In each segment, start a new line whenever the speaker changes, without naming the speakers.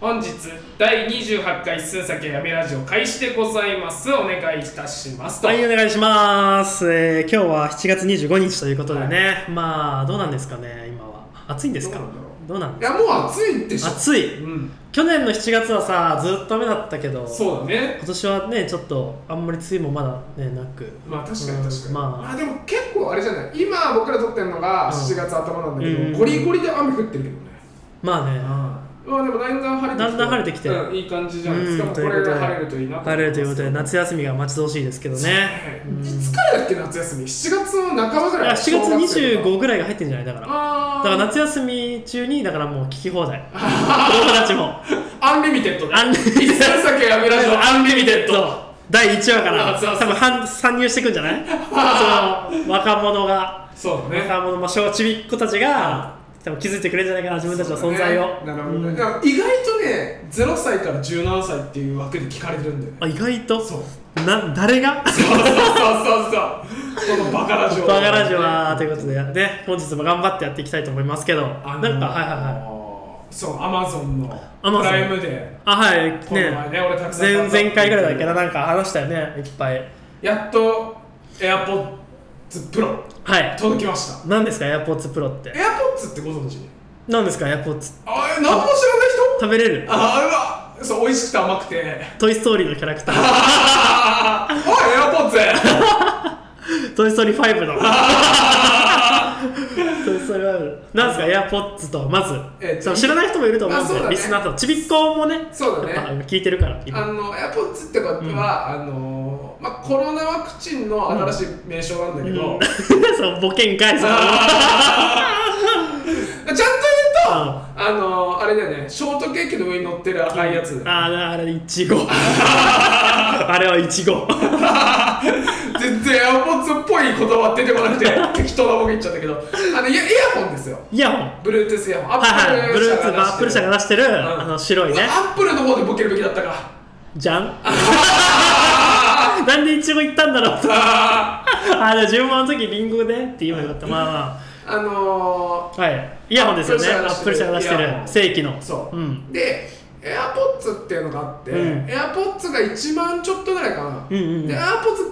本日第28回数酒やめラジオ開始でございますお願いいたしますと、
はい、お願いします、えー今日は7月25日ということでね、まあ、どうなんですかね、今は。暑いんですか
どうなんだろ
どうなん
やもう暑いでしょ
暑い
うん
去年の7月はさ、ずっと雨だったけど、
そうだね
今年はね、ちょっとあんまり梅雨もまだね、なく。
まあ確かに確かに、
うん
あ、
ま
でも結構あれじゃない今僕ら撮ってるのが
うん
7月頭なんだけど、
うん
ゴリゴリで雨降ってるけどね、
あ、まあね、
まあでもだんだん晴れてきて
だんだん晴れてきて
うんいい感じじゃないですか、
うん
もう
と
こ
いうこ
れ
とで
が晴れるといいな
晴れるということで、
休
夏休みが待ち遠しいですけどね。うん
いつからだっけ夏休み7月の半ばぐ
い
ら
や
い
7月25ぐらいが入ってんじゃないだから。だ
あ
から
ー
夏休み中に、だからもう聞き放題。子供たち も。
アンリミテッドで
アンリミテッド
一冊だけやめラジオアンリミテッド
そう第1話から
そうそうそう
多分はん参入していくんじゃないその若者が
そうだね
若者も小ちびっ子たちが多分気づいてくれるんじゃないかな自分たちの存在を、
なるほ
う
どね、
ん
だから意外とね0歳から17歳っていう枠で聞かれてるんだよね
あ意外と
そう
な誰が
そうそうそうそうそうこのバカラジオ
バカラジオはということで、ね、本日も頑張ってやっていきたいと思いますけど
あ
なん
の
かはいはいはい
そうアマゾンのプ
Amazon
ライムで
あはいね
この前ね俺たくさん
前前回ぐらいだっけどなんか話したよねいっぱい
やっと AirPods Pro
はい
届きました
何ですか AirPods Pro って
AirPods ってご存知
何ですか AirPods
あえ何も知らない人
食べれる
あうわそう美味しくて甘くて
トイ・ストーリーのキャラクター
あーおいエアポッツ
トイ・ストーリー5の。 トイ・ストーリー5の。なんですか、エアポッツと、まず、
えっと
そう知らない人もいると思うん
あ
で、
そうだね
リスナーと、ちびっ子もね、
そうだね
やっ ぱ聞いてるから、
あ
今。
のエアポッツってことは、あのーまあ、コロナワクチンの新しい名称なんだけど、
う ん
ち
そうボケんかい、その
ゃんと言うと、あのーあれだよねショートケーキの上に乗ってる赤いやつ
あーあれ、いち ご。あれはいちご。
全然エアポッツっぽい言葉出てこなく て適当な僕言っちゃったけどあのイヤイヤホンですよ
イヤホン。
Bluetooth イヤホンア
はいはい。ブルーツ、アップル社が出してる、
ん
あの白いね。
アップルの方でボケるべきだったか
じゃん。なんでいちご行ったんだろうと。あ、じゃあ順番の時、リンゴでって言えばよかった。まあまあ。
あの
はい、イヤホンですよね、アップル社が出して
イ
る
ヤホン
正規の。
ーそう、
ん、
で AirPods っていうのがあって、
うん
AirPods が1万ちょっとぐらいかな、
うんうんうん
で AirPods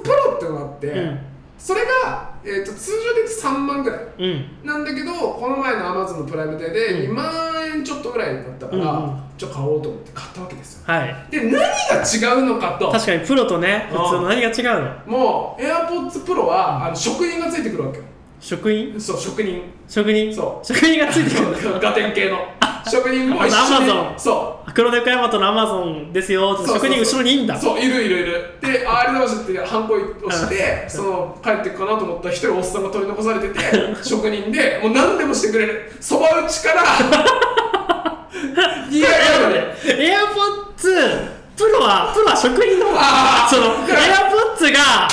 Pro っていうのがあって、
うん
それが、えー、と通常で言うと3万ぐらい
うん、
なんだけどこの前の Amazon のプライムデーで
う
2
ん
万円ちょっとぐらいだったから、
うんうん
ちょっと買おうと思って買ったわけですよ
はい。
で何が違うのかと
確かにプロとね、
うん
普通の何が違うの
もう AirPods Pro はあの職人がついてくるわけよ
職員
そう職人
職人
そ
職人が ついてくる。
ガテン系の職人も一緒に
あの Amazon
そう
黒猫ヤマトのアマゾンですよっ
そ
て
うそう
職人後ろにいんだ。
そういるいるいるであありがとうございましたってハンコを押してその帰ってくかなと思ったら一人おっさんが取り残されてて 職人でもう何でもしてくれるそば打ちから いやいやいや
エアポッツ、プロは、プロは職人の方
あー
その、エアポッツが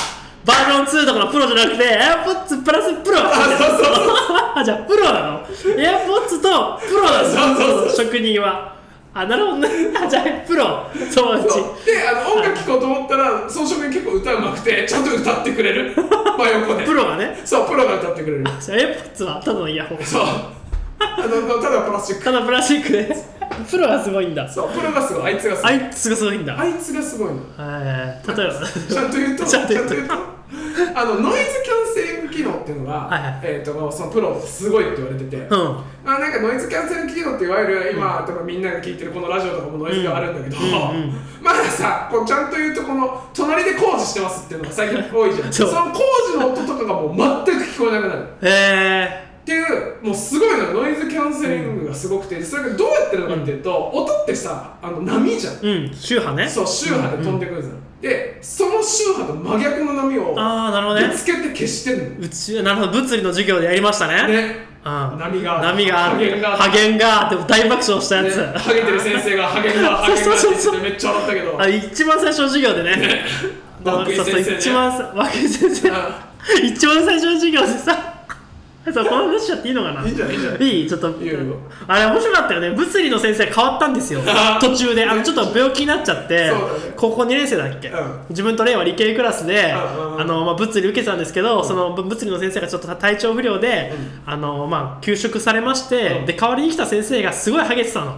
バージョン2とかのプロじゃなくて、エアポッツプラスプロ
あ そうそう そう
あ、じゃあプロなのエアポッツとプロなんだ
そうそう
職人は。あ、なるほどね。 あじゃあプロ、そううち。
そうであの音楽聴こうと思ったらその職人結構歌うまくてちゃんと歌ってくれる真横で
プロがね。
そうプロが歌ってくれる
じゃあエアポッツはただのイヤホン。
そうあのただプラスチック
ただプラスチックで。プロがすごいんだ。
そうプロがすごいあいつがすご
あ
い
いつがすごいんだ。
あいつがすごいの
はい。例えば。
ちゃんと言うと、
ちゃんと言うと
ちゃんあのノイズキャンセリング機能っていうのが、
はいはい
えっ、とそのプロすごいって言われてて、
う
ま
ん。
あなんかノイズキャンセリング機能っていわゆる今、とかみんなが聞いてるこのラジオとかもノイズがあるんだけど、
うんうんうん
まあさこうちゃんと言うとこの隣で工事してますっていうのが最近多いじゃん。
そう
の工事の音とかがもう全く聞こえなくなる。
え
っていうもうすごいのよノイズキャンセリングがすごくて、それがどうやってるのかっていうと、音ってさあの波じゃん。
ー、うん。周波ね。
そう周波で飛んでくるじゃん、でその周波と真逆の波を
ああ、なるほど
ぶ
ね。
つけて消してんの
宇宙、なるほど。物理の授業でやりましたね。
ね
うん。
波が
波があ
ハ
る
ゲンが
ハゲンがでも大爆笑したやつ、
ねハゲてる先生がハゲンがハゲンがって
そう
言
そうそう
ってめっちゃ笑ったけど
あ一番最初の授業でね
涌井先生ね
そうそう一番さ涌井先生一番最初の授業でさ そうこの話しちゃっていいのかない
いんじゃないいいんじゃない
いいちょっと
いいよいいよ
あれ面白かったよね物理の先生変わったんですよ途中であのちょっと病気になっちゃって
そうだね
高校2年生だっけ、
うん
自分とレイは理系クラスで、
うんうん
あのまあ、物理受けてたんですけど、そのぶ物理の先生がちょっと体調不良で、あのまあ、休職されまして、
うん
で代わりに来た先生がすごいハゲてたの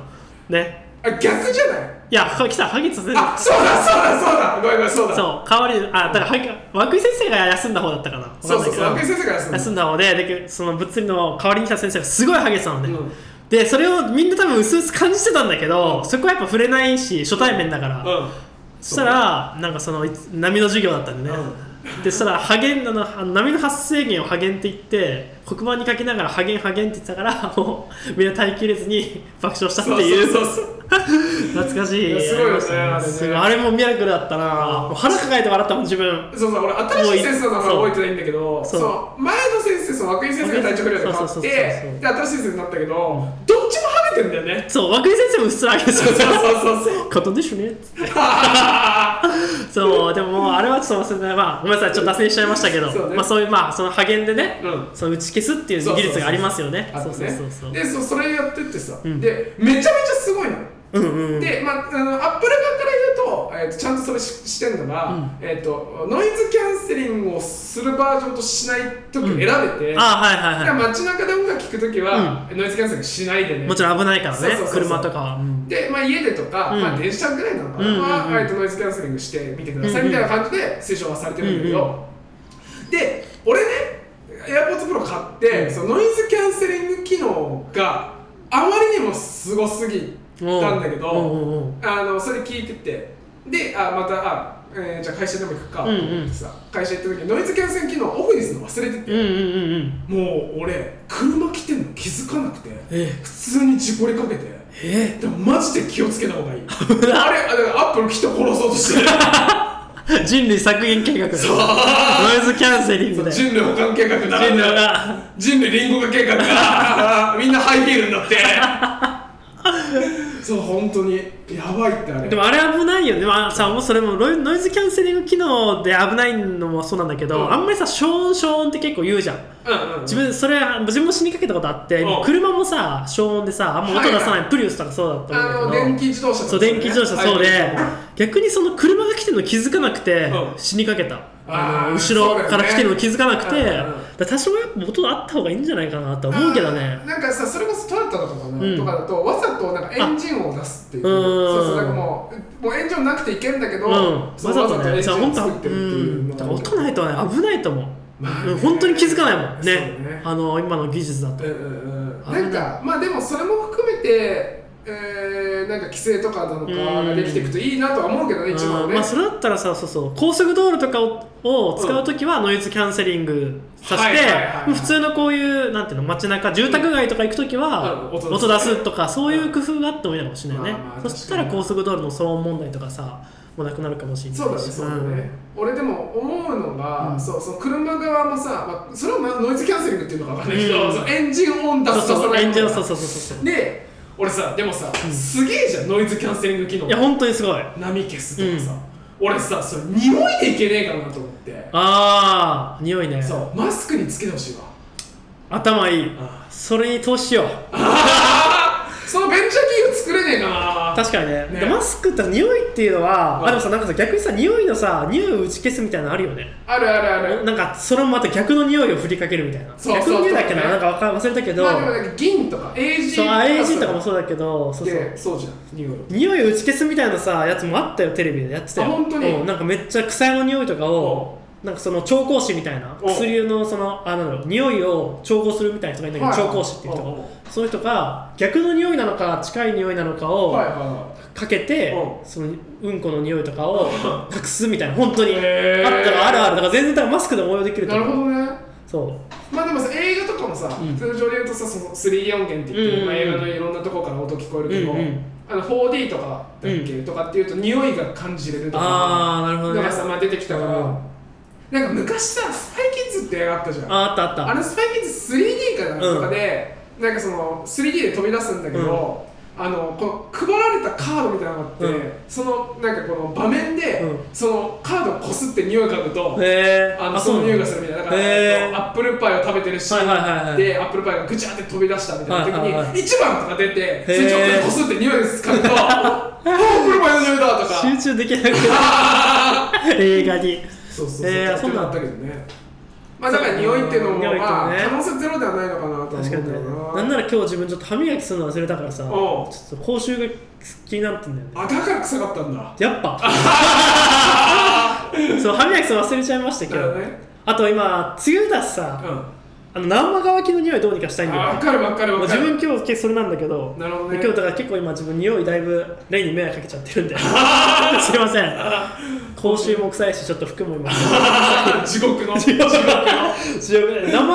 ね
あ逆じゃない
いや来たハゲさせる
あそうだそうだそうだごめんごめんそうだ
そう代わりあだからハゲ涌井先生が休んだ方だったかなわか
そ
ん
う
ない
そう
け
そう
ど
涌井先生が休んだ
休んだ方ででその物理の代わりにした先生がすごいハゲてたのね、
うん
でそれをみんな多分薄々感じてたんだけど、そこはやっぱ触れないし初対面だから、
うん
そしたらなんかそのいつ波の授業だったんでね、でそしたらハゲンあのあの波の発生源をハゲンって言って黒板に書きながらハゲンハゲンって言ってたからもうみんな耐えきれずに爆笑したっていう
そうそうそうそう
懐かしい
いやすごいよね
ありました
あれね
すごいあれもミラクルだった
う
なんもう腹抱えて笑ったもん自分
そうそう俺新しい先生の名前覚えてないんだけど
そ
そうう前の先生その涌井先生が体調不良で変わ
そ
っ
うそうそうそ
て
う
で新しい先生になったけどどっちもハゲてんだよね
そう涌井先生もうっすらハゲてた
そうそうそうそう
ことでしょね そうでももうあれはちょっと忘れないまあごめんなさいちょっと脱線しちゃいましたけど
そうね
まあ、そういうまあそのハゲンでね、
うん
その打ち消すっていう技術がありますよね
あと
そうそう
ね
そうそう
でそそれやってってさ、
ん
でめちゃめちゃすごいの、
うんうん
で、まあ、あのアップル側から言うと,、えーとちゃんとそれししてるのが、
ん
えー、とノイズキャンセリングをするバージョンとしない時選べて、
ああはいはい
だから
は
街中で音楽聴く時は、ノイズキャンセリングしないでね
いもちろん危ないからね
そうそうそうそう
車とかは、うん
で、まあ、家でとか、
うん
まあ、電車ぐらいなのかな、
うんうんうん
まあ、えーとノイズキャンセリングしてみてください、
うんうん
みたいな感じで推奨はされてるんだけど、
うん
で俺ね AirPods Pro 買って、そのノイズキャンセリング機能があまりにもすごすぎたんだけど、
おうおうおう
あのそれ聞いててであまたあ、えーじゃあ会社でも行くかと思ってさ、会社行った時ノイズキャンセリング機能オフにするの忘れてて、
うんうんうんうん
もう俺車来てんの気づかなくて
え
普通に事故りかけて。
え
でもマジで気をつけた方がいいあれあだからアップル人殺そうとしてる
人類削減計画だ
そう
ノイズキャンセリングで人
人類保管計画だ
類が
人類リンゴ化計画 だみんなハイヒールになってそう本当にやばいってあれ
でもあれ危ないよね、まあ、さもうそれもロイノイズキャンセリング機能で危ないのもそうなんだけど、
うん
あんまりさショーンショーンって結構言うじゃん
うんうん
自分それ自分も死にかけたことあって、
うん
車もさ消音でさあんま音出さない、
はいは
プリウスとかそうだったと
あ
思
の
うんだけど
電気自動車と
そう
かね
電気自動車そうで、逆にその車が来てるの気づかなくて、
うん
死にかけた
あ
あ
ー
の後ろから来てるの気づかなく
そう
て、
だよねうんうんうん
だから多少やっぱ音あった方がいいんじゃないかなとは思うけどね
あなんかさそれこそトヨタとかかな、
うん
とかだとわざとなんかエンジン音を出すっていう
あうん
そうそうなんかもうもうエンジン音なくていけんだけ
う
ど、
ん、わ
そう
ざと
エン
ね、
ジ
さ
ン
本
を
当は、
作っ
う、
てるっていうんの
だ
は
から音ないとね、危ないと思う、
まあ
うん、本当に気づかないもんね、
そうね
あの今の技術だと。
うんうんうんなんかまあでもそれも含めて、えー、なんか規制とかなのかができていくといいなとは思うけどね、一番は
うん
ね、
まあ、それだったらさそうそう高速道路とかをを使う時はノイズキャンセリングさせて
はいはいはいはい
普通のこういうなんていうの街中住宅街とか行く時は
うん
音出すとかそういう工夫があってもいいのかもしれないね
まあまあ
そしたら
確か
高
に
速道路の騒音問題とかさもうなくなるかもしれないし
そうだねそうだね、俺でも思うのが、
うん
そうその車側もさ、まあ、それはまあノイズキャンセリングっていうのかわかんないけど、
うん
そのエンジン音出
うん
す
そう
出さ
そう
ない
炎
とか
上そうそうそうそうそう
で俺さでもさ、すげえじゃんノイズキャンセリング機能
いや本当にすごいあ
波消すとかさ、俺さそれ匂いでいけねえかなと思って
あー匂いね
そうマスクにつけてほしいわ
頭いい
あ
それに投資しよう
そのベンチャー企業作れねえかな
確かにね
ね
でマスクって匂いっていうのは、
うん
あでもさなんかさ逆にさ匂いのさ匂いを打ち消すみたいなのあるよね
あるあるある
なんかそれもまた逆の匂いを振りかけるみたいな
そう
逆の匂いだっけな、
そう
なんかわか忘れたけど、
まあでもなんか銀とか AG
そうあ AG とかも
そ
そうだけどそうそう
でそうじゃん匂いを
匂いを打ち消すみたいなさやつもあったよテレビでやってたよ
あ本当に
うんなんかめっちゃ草屋の匂いとかをなんかその調香師みたいな
お
薬のそのあなんだろう匂いを調合するみたいな人がいるんだけど、調香師っていう人
は
が
い
その人が逆の匂いなのか近い匂いなのかを、
はいは
かけて
う
そのうんこの匂いとかを隠すみたいな本当にあっ
へー
たらあるあるだから全然だからマスクでも応用でき
い
ると
なるほ
思う
どね
そ
まあでもさ映画とかもさ、
うん
通常で言うとさその 3D 音源って言って、
うんうんうん
まあ、映画のいろんなところから音聞こえるけど、
うんうん
あの 4D とかだっけ、とかっていうと匂いが感じれる
う
とか
ああなるほ
の
どね
がさ、まあ、出てきたから、
うん
なんか昔さスパイキッズって映画あったじゃん
ああったあった
あのスパイキッズ 3D かな
うん
とかで、なんかその 3D で飛び出すんだけど、あのこの配られたカードみたいなのがあって、
うん
そのなんかこの場面で、
うん
そのカードをこすって匂い嗅ぐと、
へえ
あのその匂いがするみたいなだから、
へー
アップルパイを食べてるシーン
はいはいはいはい
でアップルパイがぐちゃって飛び出したみたいな時に、
はいはいはい
1番とか出て
へー
それちょっとこすって匂い嗅ぐ と「あアップルパイの匂いだ」とか
集中できなくなる映画に
そうそうそう、
えー
やってるのあったけどねまあだから匂いっていうのも、
匂いとね
まあ可能性ゼロではないのかなとは思うん
確
だ
か
よ
にね
な
なんなら今日自分ちょっと歯磨きするの忘れたからさち
お
ょ
う
っと口臭が気になってんだよね
あだから臭かったんだ
や っぱそう歯磨きするの忘れちゃいましたけ
だよ
ど
ね
あと今梅雨だし
う
さ
ん
あの生乾きの匂いどうにかしたいんだよ
あ
ね
分かる分かる
も
分
う
か
自
る
分今日けそれなんだけど
なるほど
今
ね
日だから結構今自分匂いだいぶレイに迷惑かけちゃってるん ですいません口臭も臭いしちょっと服も今
地獄の
地獄生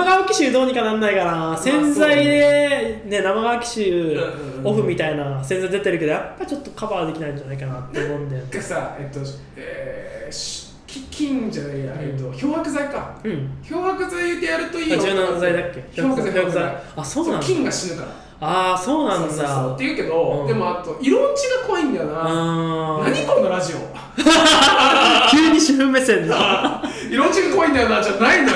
乾き臭どうにかなんないかな洗剤で、ね、生乾き
う
臭
んうん
オフみたいな洗剤出てるけどやっぱちょっとカバーできないんじゃないかなって思うんで
なんかさえっとえーしき金じゃないや、えっと漂白剤か
うん
漂白剤でやるといいよ
あ柔軟剤だっけ
漂白剤漂白剤
あそうなんだ
菌が死ぬから
ああそうなんだ
そうそうそうって言うけど、
うん
でもあと色落ちが怖いんだよな、
あー
何このラジオ
急に主婦目線だ
色落ちが怖いんだよなじゃない のよ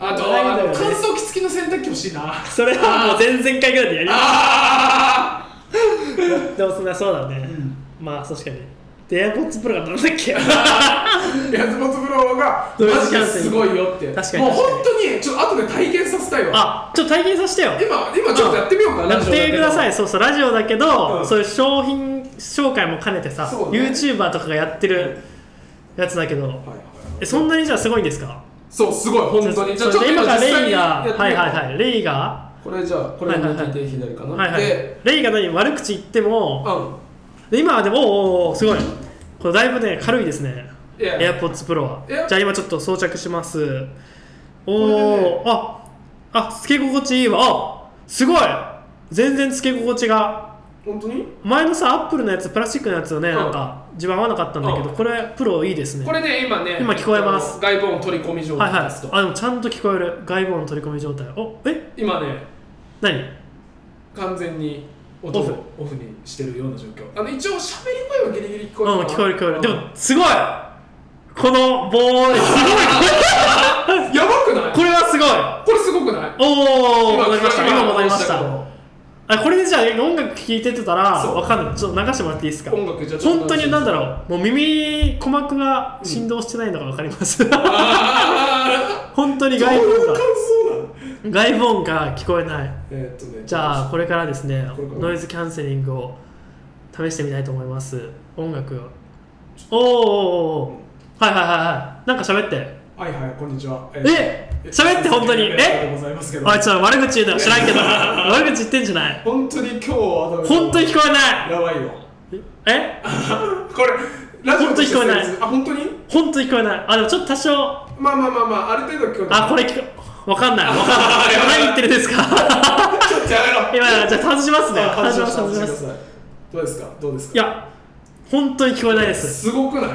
あと
ない
あ
んだよ
の
ね
乾燥機付きの洗濯機欲しいな
それはもう前々回ぐらいでやり
あ
でもそんなそうだね、まあ確かにで AirPods Pro がなんだっけ
あやつぼつブローが
同時
マジです
感染
すごいよって
確かに
もう本当にちょっと後で体験させたいわ
あちょっと体験させてよ
今今ちょっとやってみようか
や
ラ
っ
ジオだ
て
けど
くださいそうそうラジオだけど、
うん
そういう商品紹介も兼ねてさ、
そうね
YouTuber とかがやってるやつだけど、
はいはい
えそんなにじゃあすごいんですか
そうすごい本当に
じゃあちょっと今からレイがはいはい
い
はいレイが
これじゃあこれ右手左かな、
はいはい
で
レイが何悪口言っても
うん
で今はでもおーおーおーすごいこれだいぶね軽いですね
いや
AirPods Pro は
エア
じゃあ今ちょっと装着します
こ
お
れでね
お、ああつけ心地いいわあすごい全然つけ心地が
本当に
前のさアップルのやつプラスチックのやつはね、
うん
なんか自分合わなかったんだけど、
うん
これプロいいですね
これね今ね
今聞こえます
あの外部音取り込み状
はい
態
はい
ですと、
あでもちゃんと聞こえる外部音取り込み状態おえ
今ね
何
完全に音
オフ
をオフにしてるような状況あの一応喋り声はギリギリ聞こえ
うん
る
聞こえる聞こえるで
うん
もすごいこの棒す
やばくない
ごいこれはすごい
これすごくない
おお戻りました
聞こえ
今戻りまし
け
た
ど
あこれでじゃあ音楽聴いてたら
そう
わかんないちょっと流してもらっていいですか
音楽じゃちょっと
本当になんだろうもう耳鼓膜が振動してないのがわかります、
あ
本当に
ーどう
外部
いう
音
感
が
想なの
外部音が聞こえない
えーっとね
じゃあこれからですね
これから
ノイズキャンセリングを試してみたいと思います音楽をおーおーおーはいはいはいはいなんか喋って
はいはいこんにちは
え喋って本当に
え
え
ございますけど
あいつら悪口言うの知らん けど悪口言ってんじゃない
本当に今日は
本当に聞こえない
やばいよ
え
これラジオ
本当に聞こえない
として成立あ本当に
本当に聞こえないあでもちょっと多少
まあまあまあまあある程度聞こえない
あこれ聞こわかんないわかんない
やばい
何言ってるんですか
ちょっとやめろ
今じゃあ外しますね
あ外
外し
し
ま
ますす
外しま
外して
す
くださいどうですかどうですか
いや本当に聞こえないです
すごくない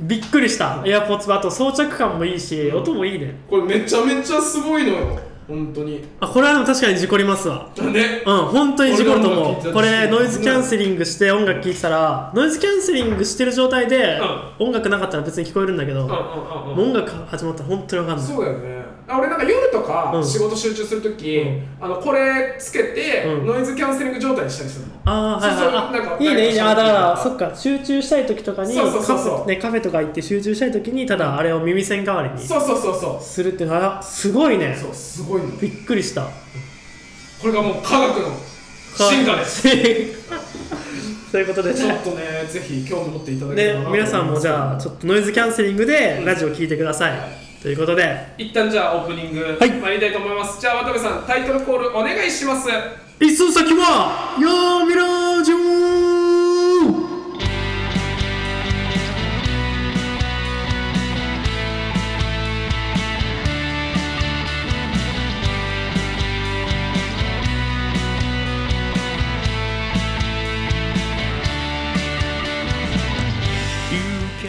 びっくりしたエアポッツバと装着感もいいし音もいいね
これめちゃめちゃすごいのよ本当に
あこれはでも確かに事故りますわ
だね
うん本当に事故ると思うこ
俺ら
れ
の音
ノ
楽聞いてたし
イズキャンセリングして音楽聴いてたらノイズキャンセリングしてる状態で
う
音楽なかったら別に聞こえるんだけど
うんう
も
んうんうん
う音楽始まったら本当にわかんない
そうだよねあ俺なんか夜とか
うん
仕事集中するとき、
うん
あのこれつけて
うん
ノイズキャンセリング状態にしたりするの、
あー
そうそう
はい
なん
は
か
いあいいねいいね
なんか
あだから
そう
そっか集中したい時とかに
そうそうそうそう
カフェねカフェとか行って集中したい時にただあれを耳栓代わりに
そうそうそうそう
するっていうのはすごいね
そうすごいの
びっくりした
これがもう科学の進化です
す そういうことで
ちょ
ね
っとねぜひ興味持っていただければ
ね
なと
皆さんもじゃあちょっとノイズキャンセリングでラジオ聞いてください、ということで
一旦じゃあオープニング
はい
参りたいと思います、じゃあ渡部さんタイトルコールお願いします
一寸先は闇ラジオ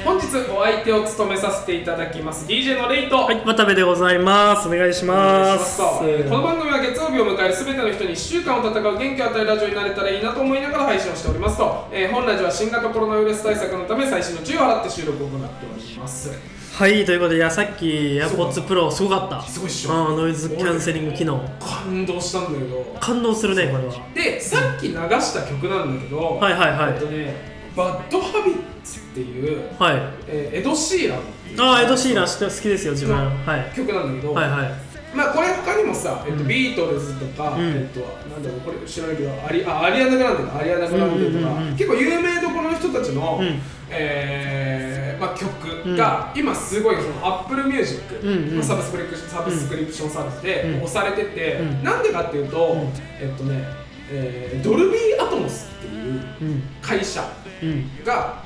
本日お相手を務めさせていただきます DJ のレイト、
はい渡部でございますお願いし
お願
ま
いします
す
この番組は月曜日を迎える全ての人に1週間を戦う元気を与えるラジオになれたらいいなと思いながら配信をしておりますと、えー本ラジオは新型コロナウイルス対策のため最新の注意を払って収録を行っております
はいということでいやさっき AirPods Pro すごかった
すごいっしょ
あーノイズキャンセリング機能
感動したんだけど
感動するねこれは
でさっき流した曲なんだけど、
はいはい
えっ
は
とね、バッドハビッツっていう、
はい
えーエド・シーランっていう
ああエド・シーラン知って好きですよ自分、
うん
はい、
曲なんだけど、
はいはい
まあこれ他にもさ、えっと
うん
ビートルズとか、
うん
えっとなんだろうこれ知らないけどアリあアリアナグランデかアリアナグランデとか、
うんうんうんうん
結構有名どころの人たちの、
うん
えーまあ、曲が、今すごいそのアップルミュージック、
うんうん
まあサブスクリプションサブスクリプションサービスで
うん
押されてて、
うん
なんでかっていうと、
ん
えっとね、えードルビーアトモスっていう
うん
会社
うん
が、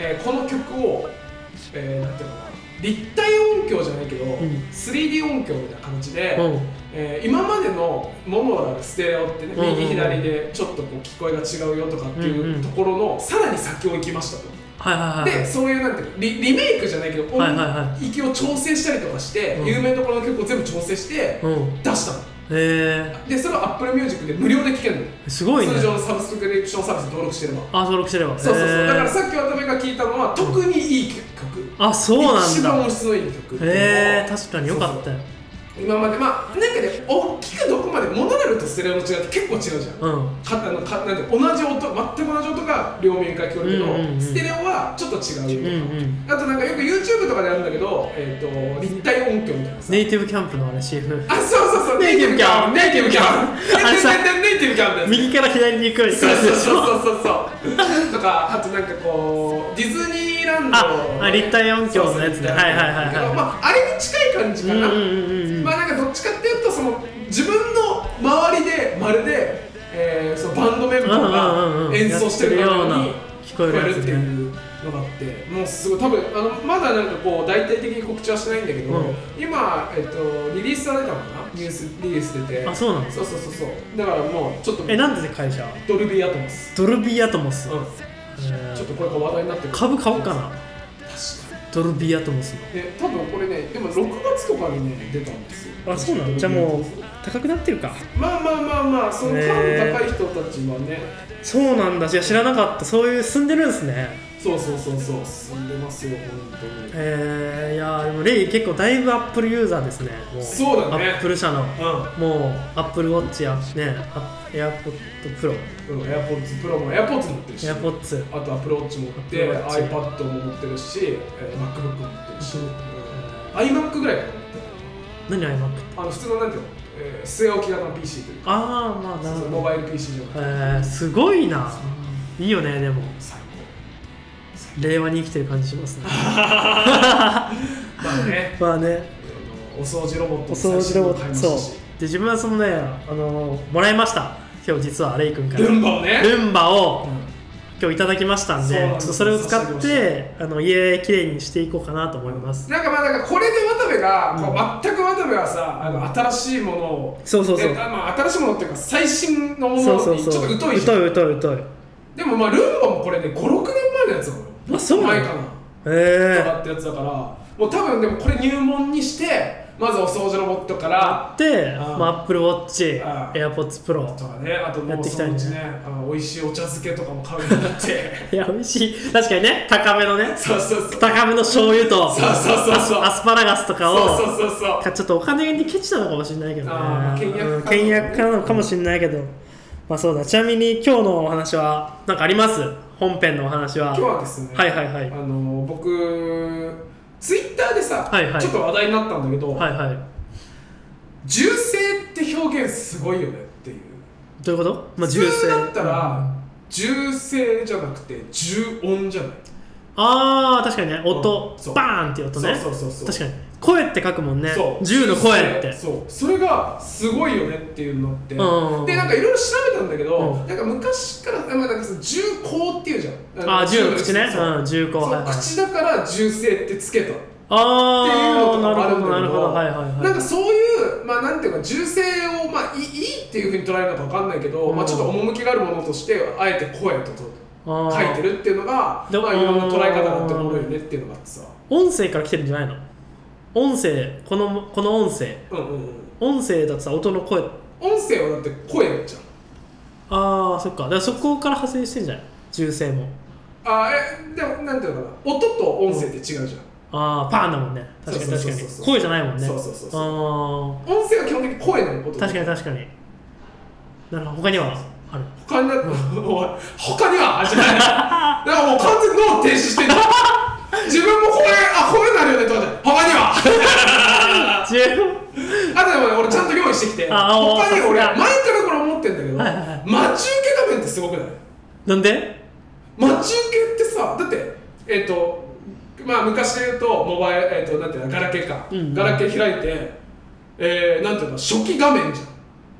えーこの曲を、えーなんていうのかな立体音響じゃないけど、
ん
3D 音響みたいな感じで、
うん
えー今までのモノラルステレオってね
うんうんうん
右左でちょっとこう聞こえが違うよとかってい
んう
うんところのさらに先を行きましたと。
はいはいはい
でそういうなんていうかリリメイクじゃないけど
はいはいは
音域を調整したりとかして
うん
有名どころの曲を全部調整して
うん
出したの。
え
でそれを Apple Music で無料で聴けるの。
ー、すごいね
通常のサブスクリプションサービスに登録してれば。
あ登録してれば
そうそうそう、
えー
だからさっき渡辺が聞いたのは特にいい曲
あそうなん
一番
だ
音質のいい曲っていうのを
へえー、確かによかったよ
今までまあなんかね大きくどこまでモノラルとステレオの違いって結構違うじゃん
うん
かあのかなんて同じ音全く同じ音が両耳から聞こえるけど、
うんうんうん
ステレオはちょっと違
う
うんよとか、
うん
あとなんかよく YouTube とかであるんだけど、えー、と立体音響みたいなさ、
ネイティブキャンプのあれ CF
あそうそうそう
ネイティブキャン
ネイティブキャン
あれさ
ネイティブキャンだよ
右から左に行くように
そうそうそう
う
そうそうそうとかあとなんかこうディズニーランド
ああ立体音響のやつね
そうそう
はいはいはいはい
だけどまあ、あれに近い感じ
う
か
ん
な、
うんうんうん
まあなんかどっちかっていうとその自分の周りでまるで、えー、そのバンドメンバ
うんうん
ーが
うんうん
演奏してるように
やってるような聞こえるやつね
っていうのがあってもうすごい多分あのまだなんかこう大体的に告知はしてないんだけど、
うん
今、えっとリリースは出たのかなニュースリリース出て
あそうなの
そうそうそうそうだからもうちょっと
えなんで会社
ドルビーアトモス、
ドルビーアトモス、
うん
え
ちょっと
ー
これが話題になってる
株買おうかな
確か
ドルビーアトモスの
にで多分これねでも6月とかにね出たんですよ
あそうなのじゃあもう高くなってるか
まあまあまあまあその感度
ね
高い人たちはね
そうなんだいや知らなかったそういう住んでるんですね
そうそうそうそう進んでますよ本当に
えー、いやーでもレイ結構だいぶアップルユーザーですねも
そうだね
アップル社の
う
もうアップルウォッチやねあエアポッドプロ
ん、エアポッツプロもエアポッツ持ってるし
エアポッツ
あとアプローチ持って
Apple Watch
iPad も持ってるし、えー MacBook も持ってるし、iMac ぐらいかな持ってる
何 iMac って
あの普通のなんていうの、えー、据え置き型の PC というか
ああまあな
そうそ
る
う
ほ
モ
ど
バイル PC じゃなくて
えー、すごいないいよねでも
最
令和に生きてる感じ しますね
高まあね
まあね
あのお掃除ロボットも
お掃
最
除
新
ロボ
の
ッ
買いま
トそう
したし
で自分はそのねあのもらいました今日実はレイ君から
ルンバをね
ルンバを
うん
今日いただきましたん
そ
で
う
ち
なん
ょっ
です
とそれを使
差
っ
し上げ
てあの家きれいにしていこうかなと思います、
なんかまあなんかこれで渡部が、こう全く渡部はさあの新しいものを
そうそうそう
であまあ、新しいものっていうか最新のものに
そうそう
ち
そ
ょっ
う
と疎いじゃん
疎い疎い疎い
でもまあルンバもこれね56年前のやつなのよ
あそうなの
前かなと
え
かってやつだからもう多分でもこれ入門にしてまずお掃除ロボットか
え
ら
で、
あ
まあ、Apple Watch
あ、
AirPods Pro
とかねあとも
やっ
う
てき
そ
たい
のう
ね
ちねあの美味しいお茶漬けとかも買うようになって
いや美味しい確かにね高めのね
そうそうそう
高めの醤油と
そうそうそうそう
アスアスパラガスとかを
そうそうそうそう
かちょっとお金にケチなのかもしれないけどね
あー倹約家
うん倹約家なのかもしれないけどまあそうだちなみに今日のお話は何かあります本編のお話は
今日はですね、
はいはいはい
あの僕ツイッターでさ、
はいはい
ちょっと話題になったんだけど、
はいはい
銃声って表現すごいよねっていう
どういうこと、まあ、
普通だった
うん
ら銃声じゃなくて銃音じゃない
あー確かにね音、
うんそう
バーンっていう音ね
そうそうそうそう
確かに声って書くもんね
そう
銃の声って
そうそれがすごいよねっていうのって、
うん
でなんかいろいろ調べたんだけど、
うん
なんか昔からまあなんかその銃口っていうじゃん
あー銃の
の
口ね
そう
うん銃口
そう
はいはい
口だから銃声ってつけたっていう
あ
の
あ
と
な
かもあ
る
るんだけ
ほどなるほど
ど
はいはいはい
なんかそういうまあなんていうか銃声をまあいいいいっていうふうに捉えるのかわかんないけど、
うん
まあちょっと趣があるものとしてあえて声とと
あ
書
ー
いてるっていうのがまあい
で
ろんな捉え方があっておもろいよねっていうのがあってさ
音声から来てるんじゃないの音声このこの音声
うんうんうん
音声だとさ音の声
音声はだって声じゃん
ああそっかだからそこから派生してんじゃない銃声も
あーえでもなんていうのかな音と音声って違うじゃん、
ああパーンだもんね確かに確か
そうそうそうそ
に
う
声じゃないもんね
そうそうそうそう
あ
音声は基本的に声のこと
ー確かに確かになるほど他にはある
他にな、おい他にはじゃないだからもう完全に脳停止してんだ自分もこれあこれなるよねとかじゃない他には
十分
あとでもね俺ちゃんと用意してきて
あおー
他に俺
さ
前
すが
からこれ思ってんだけど
はいはいはい
待ち受け画面ってすごくない
なんで
待ち受けってさだってえっ、とまあ昔で言うとモバイルえっ、となんていうのガラケーか、
うん
ガラケー開いてえー、なんていうの初期画面じゃん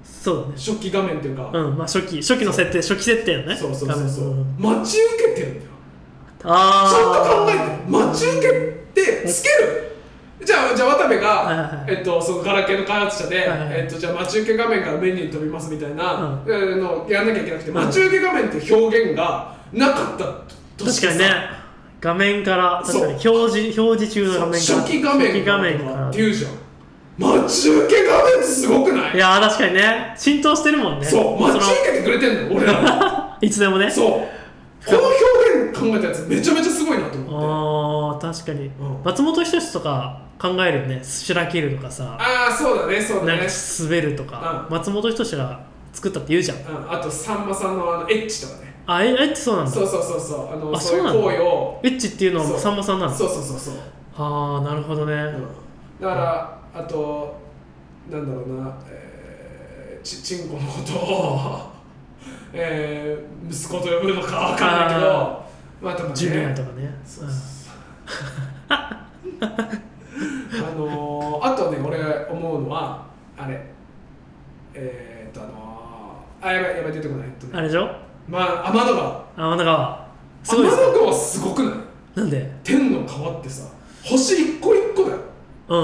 そうだね
初期画面っていうか、
うんまあ初期初期の設定初期設定よね
そうそうそうそ
多
う
分
待ち受けてるんだよ
あ
ちゃんと考
あ
えて待ち受けってつけるじゃあじゃあ渡部が、
はいはい
えっと、そのガラケーの開発者で、
はいはい
えっと、じゃあ待ち受け画面からメニューに飛びますみたいな、
う
えーのをやんなきゃいけなくて、待ち受け画面って表現がなかったとし
確
て
かにね画面から確かに表示表示中の画面から
初期画面
初期画面
と
か
からっていうじゃん待ち受け画面ってすごくない
いやー確かにね浸透してるもんね
そう
の
待ち受けてくれてんの俺 ら
いつでもね
そうこの表現考えたやつめちゃめちゃすごいなと思って
あー確かに
うん
松本人志とか考えるよねしらけるとかさ
ああそうだねそう
な
だ
んか
ね
滑るとか
う
松本人志が作ったって言うじゃん
うんあとさんまさんのあのエッチとかね
あええってそうなんだ
そうそうそうそうあの
あ
そういう
そう
行
な
為を
エッチっていうの
そう
はさんまさんなの
そうそうそうそう、
ああなるほどね、
うんだからあとなんだろうな、えー、ちちんこのことを、 えー、息子と呼ぶのかわかんないけど
あ
まあでもね
ジュニアとかね
そうそうそうあのー、あとね俺思うのはあれえー、っとあのー、あやばいやばい出てこないえっと
うんあ
ね
れでしょ
まあ天の川
天の川すごい
天
で
の
すか
川すごくない
なんで
天の川ってさ星一個一個だよ
う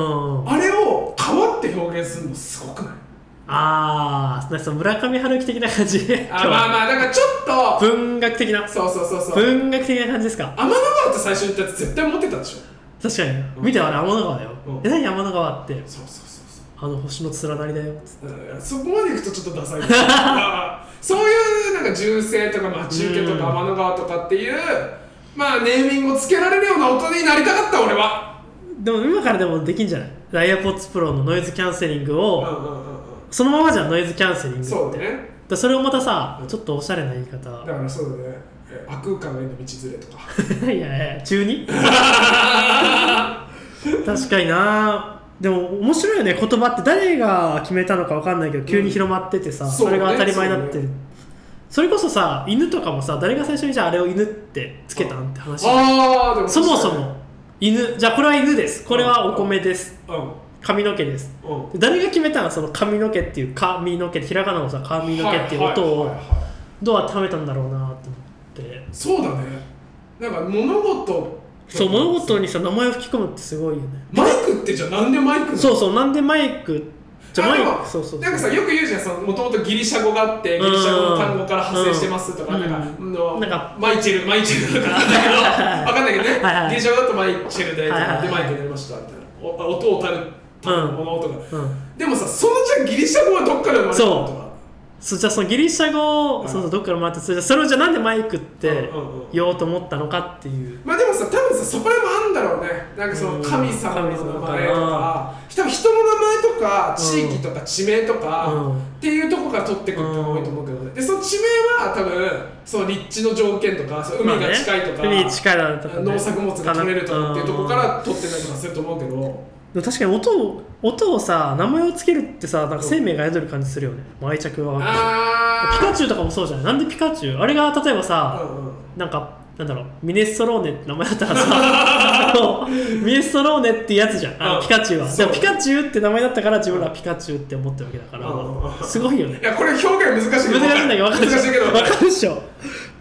ん
あれを川って表現するのすごくない
ああその村上春樹的な感じ今
あ
日は
まあまあだからちょっと
文学的な
そうそうそうそう
文学的な感じですか
天の川って最初に言ったやつ絶対持ってたでしょ
確かに、
うん
見てあれ天の川だよ、
うん
え何天の川って
そうそうそう
あの星の連なりだよつっ
そ
て
うだからそこまでいくとちょっとダサいだから そういうなんか銃声とか待ち受けとか
うん
天の川とかっていうまあネーミングをつけられるような大人になりたかった俺は
でも今からでもできんじゃない ?AirPods Pro のノイズキャンセリング
うんう
を、
んうんうん
そのままじゃんノイズキャンセリングって
そうだね
だそれをまたさ、
うん
ちょっとおしゃれな言い方
だからそうだねえ悪空間への道連れとか
いやいや中に 確かになでも面白いよね言葉って誰が決めたのかわかんないけど急に広まっててさ、
うん
それが当たり前になって
そう
る
ね
そ,、れこそさ犬とかもさ誰が最初にじゃああれを犬ってつけたんって話
ああでも
そ
確か
も
に
そも犬じゃあこれは犬ですこれはお米です
う
髪の毛です
んうん
誰が決めたのその髪の毛っていう髪の毛ひらがなのさ髪の毛っていう音
は
を
いはいはいはい
どう温めたんだろうなと思って
そうだねなんか物事
そう物事にさ名前を吹き込むってすごいよね
マイクってじゃあなんでマイクなの
そうそうなんでマイクじゃあ
あ
マ
で
イ
も
クそうそう
なんかさよく言うじゃんそのもともとギリシャ語があってギリシャ語の単語から派生してますとか、
うん
なんか、の
なんか
マイチェルマイチェルとかなんだけど わかんないけどね、
はいはい
ギリシャ語だとマイチェルで,、
はいはいはい
でマイクになりましたみたいなおあ音をたる
うん
この音が、
うん
でもさそのじゃあギリシャ語はどっから生まれたのとか
そうじゃあそのギリシャ語
う
を
ん
そうそうどっからもらってそれじゃあそれをじゃあなんでマイクっ
うん
て
うんうん
言おうと思ったのかっていう
まあでもさ多分さそこら辺もあるんだろうねなんかその神様の名前と
うん
か多分人の名前とか地域とか地名とか、
うん
っていうとこから取ってくる人が多いと思うけどね、でその地名は多分その立地の条件とかその海が近いとか、
まあね、海に近いだとか、ね、
農作物が取れるとかっていうところか
うん
ら取ってたりとかすると思うけど
でも確かに音を音をさ名前をつけるってさなんか生命が宿る感じするよねもう愛着はピ
あ
カチュウとかもそうじゃないなんでピカチュウあれが例えば
あ、
さ、
うんうん、
なんかなんだろうミネストローネって名前だったらさ あのミネストローネってやつじゃんあの
うん
ピカチュウは
そ
で
う
もピカチュウって名前だったから自分らはピカチュウって思ってるわけだから、
うん
すごい よね
いやこれ表現難しいけど
難しいんだけど分かるで
難しいけ
しょ
ど
分かるでしょ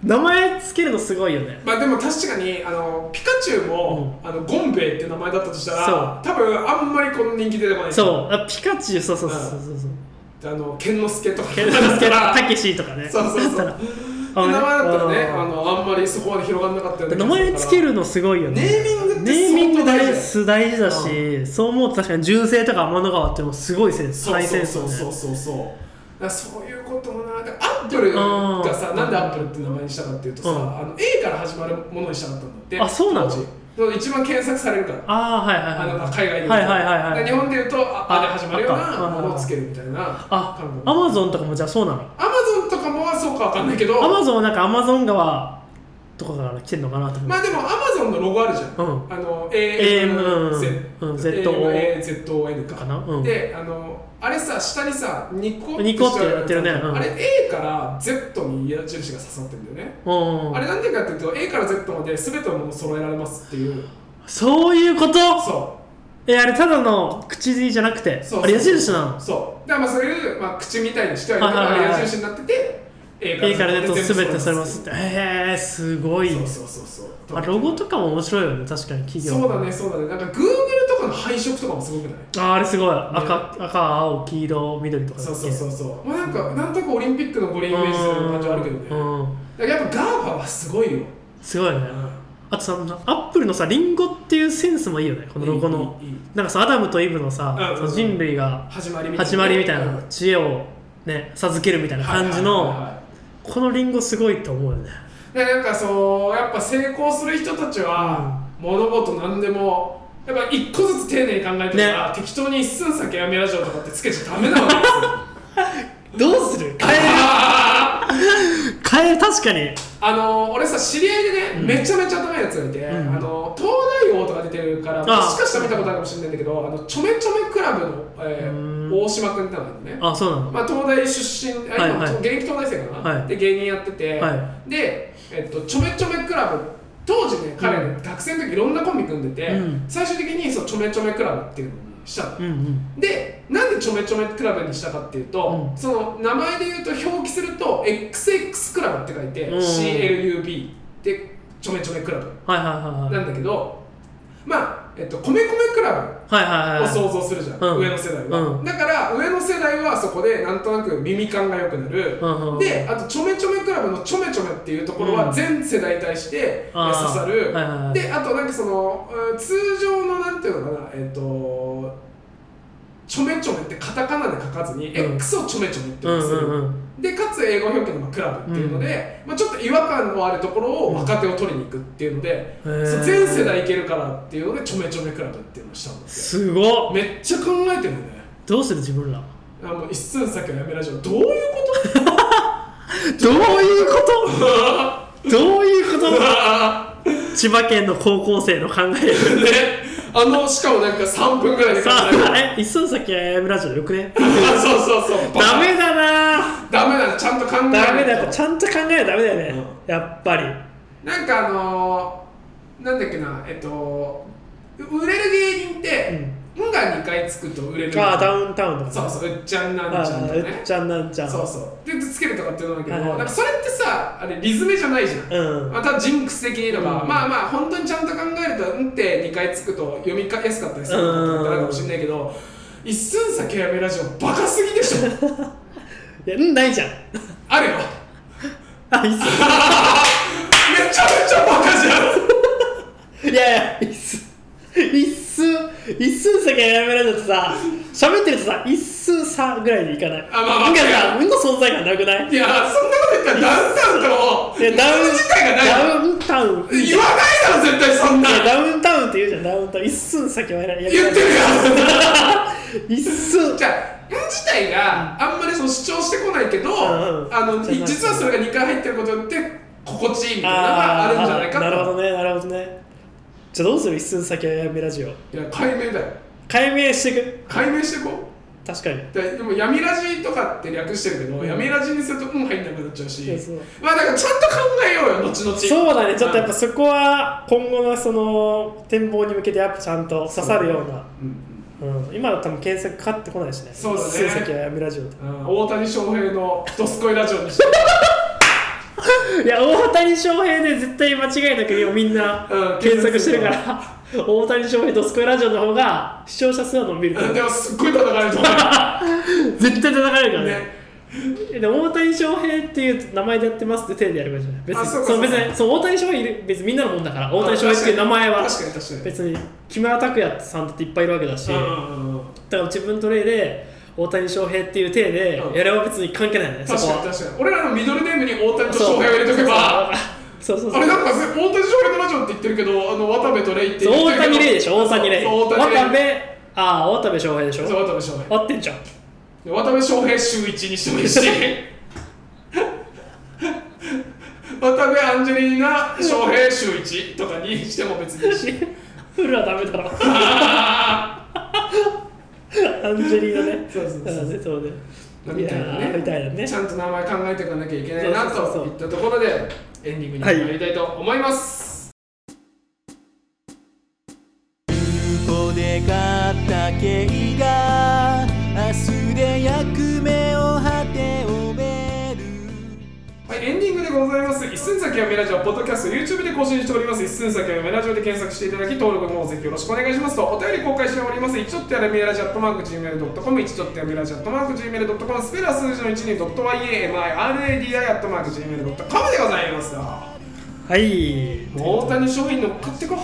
名前つけるのすごいよね
まあでも確かにあのピカチュウも、あのゴンベイって名前だったとした
そう
ら多分あんまりこの人気出てこない
そうあピカチュウそうそうそうそうそう
あの剣之助とか
ケンドラスケ
だった
た
ら
けしとか ね
そうそうそう
だっ
名前だったらね
うん
あのあんまりそこまで広がんなかったよ
た
ね
ら名前つけるのすごいよね
ネーミングって
ネーミング
相当大事
大事大事だしそう思うと確かに純正とか天の川ってもうすごいセンス
そう
大セ
そう
ンス
そうそう
ね
そうそうだからそういうこともなだからアップルがさ
うん
なんでアップルって名前にしたかっていうとさ、
うん
あの A から始まるものにしたかったんだって
あそうなの
当時そう一番検索されるから
ああはい
あ
はい
の
はい
海外で言うと
はいはいはいはい
で日本で言うとあ
あ
あで始まるよう
あ
な
あ
ものをつけるみたいな
あ
感覚
アマゾンとかもじゃあそうなの
アマゾンとかもそうかかわかんないけど
アマゾンはなんかアマゾン川とかから来てんのかなと思って、
まあでもアマゾンのロゴあるじゃん、
うん
あの
AM うん
AMZON か
かなうん
であのあれさ下にさニコ
ニコってやってるねうん
あれ A から Z に矢印が刺さってるんだよね、
うん
あれなんでかっていうと A から Z まで全てのもの揃えられますっていう
そういうこと
そ
えあれただの口じゃなくて
うそう
あれ矢印なの
うそうだからまあそういう、まあ、口みたいにしてあるから
はいはいはいはい
あれ矢印になってて A
A から Z
全部
全てされますってえー、すごい
そうそうそうそう
あロゴとかも面白いよね確かに企業
そうだねそうだねなんか Google とかの配色とかもすごくない
ああれすごい赤,、赤青黄色緑とかだっ
そう
け
そうそうそうまあなんかなんとかオリンピックの五輪イメージする感じはあるけどね
う
だか
んうん
らやっぱガーファはすごいよ
すごいねあとさアップルのさリンゴっていうセンスもいいよねこのロゴの
いいいいいい
なんかさアダムとイブのさ、
うん
その人類が
始まりみたいな
始まりみたい
うん
な知恵をね授けるみたいな感
はいはいは
じ
い
の
は
このリンゴすごいと思うよね
いでなんかそうやっぱ成功する人たちは物事何でもやっぱ一個ずつ丁寧に考えてたら、適当に一寸先やめラジオとかってつけちゃダメなわけですよ
どうする変え
あー
る変え確かに
あの俺さ知り合いでね、
うん
めちゃめちゃ頭いいやつがいて、
うん
あの東大王とか出てるからも
あ
しかしたら見たことあるかもしれないんだけどあのちょめちょめクラブの、えー
うん
大島君ってのがいるのね
あそうなの
まあ、東大出身、あ今
はいはい
現役東大生かな、
はい
で芸人やってて、
は
で、えっと、ちょめちょめクラブ当時ね彼ね、
う
学生の時いろんなコンビ組んでて、
うん
最終的にそうちょめちょめクラブっていうのにしたの
うんうん
でなんでちょめちょめクラブにしたかっていうと、
うん
その名前で言うと表記すると XX クラブって書いて、
うん
CLUB でちょめちょめクラブ
はいはいはいはい
なんだけどまあえっと米米クラブ
はいはい
を
はい
想像するじゃん、
うん
上の世代は、
うん
だから上の世代はそこでなんとなく耳感が良くなる、
うんうん
であとちょめちょめクラブのちょめちょめっていうところ
う
は
ん
全世代に対してえ
あ
刺
ー
さる、
はいはいはい
であとなんかそのうん通常のなんていうのかなえっ、とちょめちょめってカタカナで書かずに、
うん
X をちょめちょめって
う
言
ん
うんですよ、
うんうん
でかつ英語表記のクラブっていうので、まあ、ちょっと違和感のあるところを若手を取りに行くっていうので、
うん
そう
へー
全世代いけるからっていうのでちょめちょめクラブっていうのをしたんですよ
すごっ
めっちゃ考えてるね
どうする自分ら
あもう一寸先はやめラジオどういうこと
どういうことどういうこと千葉県の高校生の考える
ねあのしかもなんか3分ぐらいで考
さ
える
あ、え、一寸先はやめラジオよくね
そうそうそう
ダメだな
ダメだちゃんと考えないと
ダメだやっぱちゃんと考えないとダメだよね、
う
やっぱり
なんかあのー、なんだっけなえっと売れる芸人って「うん」が2回つくと売れる
ああダウンタウンとか
そうそううっちゃんなんちゃんと
うっ
ね
ちゃんなんちゃん
そうそうでつけるとかって言うんだけど、
はいはい
なんかそれってさあれリズムじゃないじゃん
うん
またジンクス的に言えば、
うん
まあまあ本当にちゃんと考えると「うん」って2回つくと読みやすかったりするのかなかもしれないけど一寸先やめラジオバカすぎでしょ
いやうんないじゃん
あるよ
あ一寸
めちゃめちゃバカじゃ
いやいや、一寸、一寸、一寸先はやめられるとさ、喋ってるとさ、一寸差ぐらいでいかない。
あまあまあ
なんかさ、うんの存在感なくない
んいやそんなこと言ったらダウンタウンとも
いやダウン
自体がない
ダウンタウン。い
言わないだろ絶対そんな
や、ダウンタウンって言うじゃん、ダウンタウン。一寸先はやめられる。
言ってるやん
一寸。
じゃあ「うん」自体があんまりその主張してこないけど、
んうん
あの
じゃあ
実はそれが2回入ってることによって心地いいみたいなのがあるんじゃないか
なるほ
と
どね、なるほどね。じゃあどうする一寸先はやめラジオ。
いや解明だよ
解明していく。
解明していこう
確かに。
ででも闇ラジとかって略してるけど、闇ラジにするとうん入んなくなっちゃうし
そうそう
まあだからちゃんと考えようよ後々
そうだね、ちょっとやっぱ
うん
そこは今後のその展望に向けてやっぱちゃんと刺さるような。
うん
うん、今は多分検索かかってこないしね。
そうだね
数席はやめラジオと
うんうん大谷翔平の「ドスコイラジオ」にして
いや、大谷翔平で絶対間違いなく今みんな
うん
検索してるから、大谷翔平ドスコイラジオの方が視聴者数は伸びるから
でもすっごい戦えると思
絶対叩かれるか
う
らね。
ね
で大谷翔平っていう名前でやってますって手でやればいいじゃない。別
あ
に、
そうか
その
そう
別
か
にそう大谷翔平いる別にみんなのもんだから、大谷翔平っていう名前は
確かに確かに確かに
別に木村拓哉さんだっていっぱいいるわけだし、だ
うんうんうん
から自分と例で大谷翔平っていう手で
うん
やれば別に関係ないよね、そ
確
こ
か
は
に。確かに俺らのミドルネームに大谷と翔平を入れとけば
そうそうそ
あ
う
れなんか大谷翔平のラジオって言ってるけどあの渡部とレイって言ってる
大
けど
谷レイでしょ大谷レイ
そうそう大
渡
谷
部
レイ
ああ渡部翔平でし
そ
ょ
う渡部翔平
合ってんじゃん
渡部翔平週一にしてもいいしアンジェリーナ翔平週一とかにしても別にいいし
フルはダメだろアンジェリーナね
そうそうそう
あねそうね
みたいな
やー
ね
みたいなね
ちゃんと名前考えていかなきゃいけないな
そうそう
と
そう
いったところでエンディングに参りたいと思います、
願った経緯が明日で役目を果て終える
はいエンディングでございます一寸先はメラジオポッドキャスト YouTube で更新しております一寸先はメラジオで検索していただき登録の方ぜひよろしくお願いしますとお便り公開しております一ちょっとやらメラジアットマーク Gmail.com 一ちょっとやメラジアットマーク Gmail.com スペラー数字の1に .yamiradio アットマーク Gmail.com でございますよ
はい
もう大谷商品の買ってこ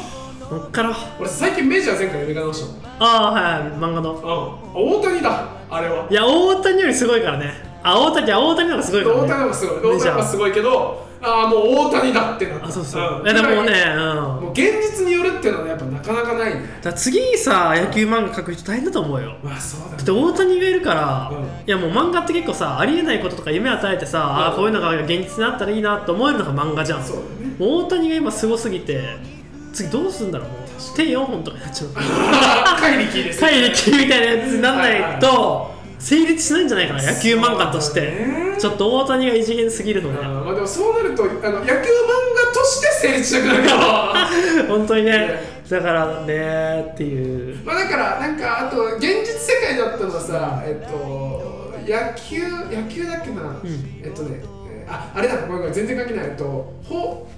乗っから
俺最近メジャー前回読み直したもん
ああーはい漫画の
うん大谷だあれはい
や大谷よりすごいからねあ大谷あ大谷の方がすごいから、ね、
大谷はすごい大
メジャー
谷はすごいけどああもう大谷だってなった
あそうそう、
ん
いやでもね、うん、
もう現実によるっていうのはやっぱなかなかないね
だから次さ野球漫画描く人大変だと思うよ
まあそうだ
だって大谷がいるから、
うん
いやもう漫画って結構さありえないこととか夢与えてさ、ああこういうのが現実になったらいいなと思えるのが漫画じゃん
そうだね
もう大谷が今すごすぎて次どうすんだろうもう手4本とかになっちゃう
怪力です
怪力みたいなやつになんないと成立しないんじゃないかな野球漫画として、
ね
ちょっと大谷が異次元すぎるの
うん
ね
まあでもそうなるとあの野球漫画として成立したくなるよ
本当にね
ね
だからねっていう
まあだからなんかあと現実世界だったのはさえっと野球野球だっけな、
ん
えっとねえーああれだごめんごめん全然関係ないえっと法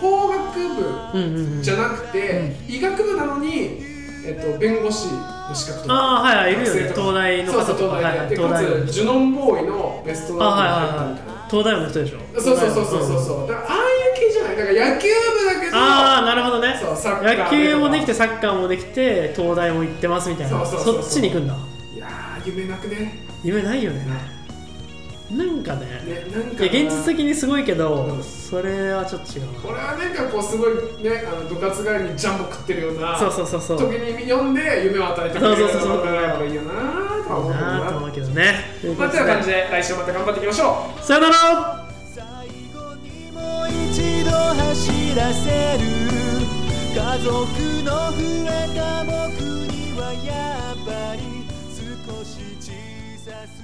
法学部
うんうんうん
じゃなくて、医学部なのに、えっと、弁護士の資格とか
ああはいはいいるよね
学生とか
東大の
そう
方
そう
とか
東大
はい
で
は
やって
い東
か
大
つジュノンボーイのベスト
あ
ナ
はい
ンバー
は
に入った
い
みたいな
はい東大の人でしょ
そうそうそうそうそう
う
そうだからああいう系じゃないだから野球部だけど
ああなるほどね
そうサッカー
野球もできてサッカーもできて東大も行ってますみたい
そ
な
うそうそうそう
っちに行くんだ
いやー夢なくね
夢ないよねなんかね
ねなん
い
か
や現実的にすごいけど、
うん
それはちょっと違う
俺はなんかこうすごいねあの部活帰りにジャンボ食ってるような
そうそうそうそう
時に読んで夢を与えてくれるような
そうそうそ
漫
う
画がやっぱいいよなーとは思うけど
なあと思
な
うけどね
まあてな感じで来週また頑張っていきましょう
さよなら
最後にもう一度走らせる家族の増えた僕にはやっぱり少し小さすぎる